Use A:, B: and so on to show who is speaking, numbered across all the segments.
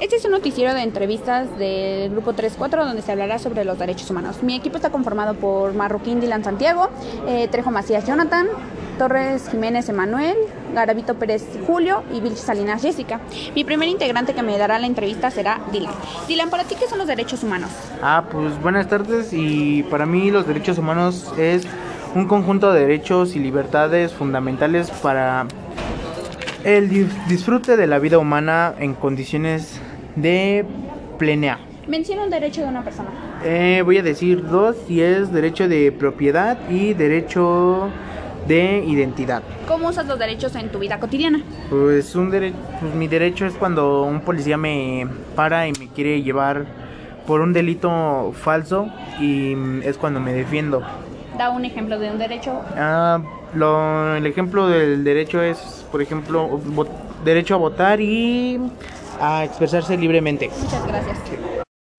A: Este es un noticiero de entrevistas del Grupo 34 donde se hablará sobre los derechos humanos. Mi equipo está conformado por Marroquín Dylan Santiago, eh, Trejo Macías Jonathan, Torres Jiménez Emanuel, Garavito Pérez Julio y Vilch Salinas Jessica. Mi primer integrante que me dará la entrevista será Dylan. Dylan, ¿para ti qué son los derechos humanos?
B: Ah, pues buenas tardes y para mí los derechos humanos es un conjunto de derechos y libertades fundamentales para el dis- disfrute de la vida humana en condiciones de plenea.
A: Menciona un derecho de una persona.
B: Eh, voy a decir dos y es derecho de propiedad y derecho de identidad.
A: ¿Cómo usas los derechos en tu vida cotidiana?
B: Pues, un dere- pues mi derecho es cuando un policía me para y me quiere llevar por un delito falso y mm, es cuando me defiendo.
A: Da un ejemplo de un derecho.
B: Ah, lo- el ejemplo del derecho es, por ejemplo, vo- derecho a votar y a expresarse libremente.
A: Muchas gracias.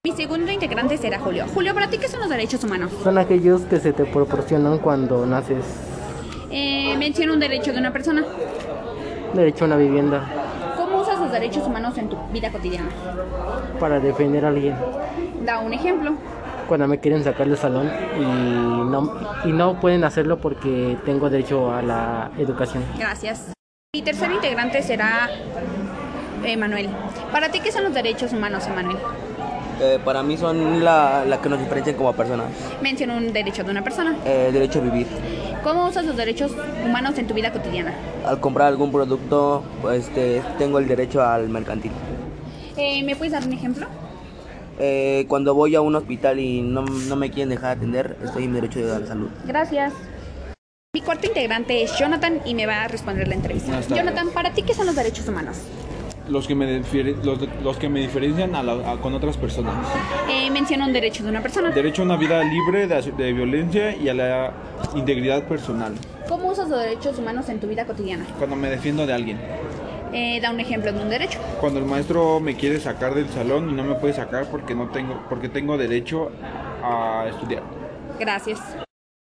A: Mi segundo integrante será Julio. Julio, ¿para ti qué son los derechos humanos?
C: Son aquellos que se te proporcionan cuando naces.
A: Eh, menciona un derecho de una persona.
C: Derecho a una vivienda
A: ¿Cómo usas los derechos humanos en tu vida cotidiana?
C: para defender a alguien.
A: Da un ejemplo.
C: Cuando me quieren sacar del salón y no, y no pueden hacerlo porque tengo derecho a la educación.
A: Gracias. Mi tercer integrante será Emanuel. ¿Para ti qué son los derechos humanos, Emanuel?
D: Eh, para mí son la, la que nos diferencian como personas.
A: Menciona un derecho de una persona.
D: Eh, el derecho a vivir.
A: ¿Cómo usas los derechos humanos en tu vida cotidiana?
D: Al comprar algún producto, pues, este, tengo el derecho al mercantil.
A: Eh, ¿Me puedes dar un ejemplo?
D: Eh, cuando voy a un hospital y no, no me quieren dejar atender, estoy en mi derecho de la salud.
A: Gracias. Mi cuarto integrante es Jonathan y me va a responder la entrevista.
E: Buenas tardes.
A: Jonathan, ¿para ti qué son los derechos humanos?
E: los que me difiere- los, los que me diferencian a la- a- con otras personas.
A: Eh, menciona un derecho de una persona.
E: Derecho a una vida libre de, as- de violencia y a la integridad personal.
A: ¿Cómo usas los derechos humanos en tu vida cotidiana?
E: Cuando me defiendo de alguien.
A: Eh, da un ejemplo de un derecho.
E: Cuando el maestro me quiere sacar del salón y no me puede sacar porque no tengo porque tengo derecho a estudiar.
A: Gracias.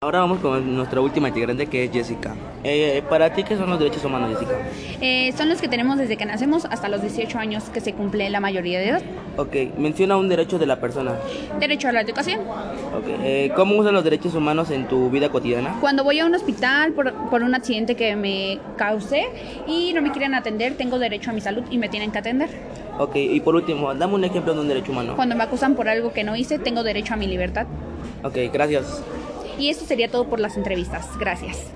D: Ahora vamos con nuestra última integrante que es Jessica. Eh, para ti, ¿qué son los derechos humanos, Jessica?
A: Eh, son los que tenemos desde que nacemos hasta los 18 años que se cumple la mayoría de edad.
D: Ok, menciona un derecho de la persona.
A: Derecho a la educación.
D: Ok, eh, ¿Cómo usan los derechos humanos en tu vida cotidiana?
A: Cuando voy a un hospital por, por un accidente que me causé y no me quieren atender, tengo derecho a mi salud y me tienen que atender.
D: Ok, y por último, dame un ejemplo de un derecho humano.
A: Cuando me acusan por algo que no hice, tengo derecho a mi libertad.
D: Ok, gracias.
A: Y esto sería todo por las entrevistas. Gracias.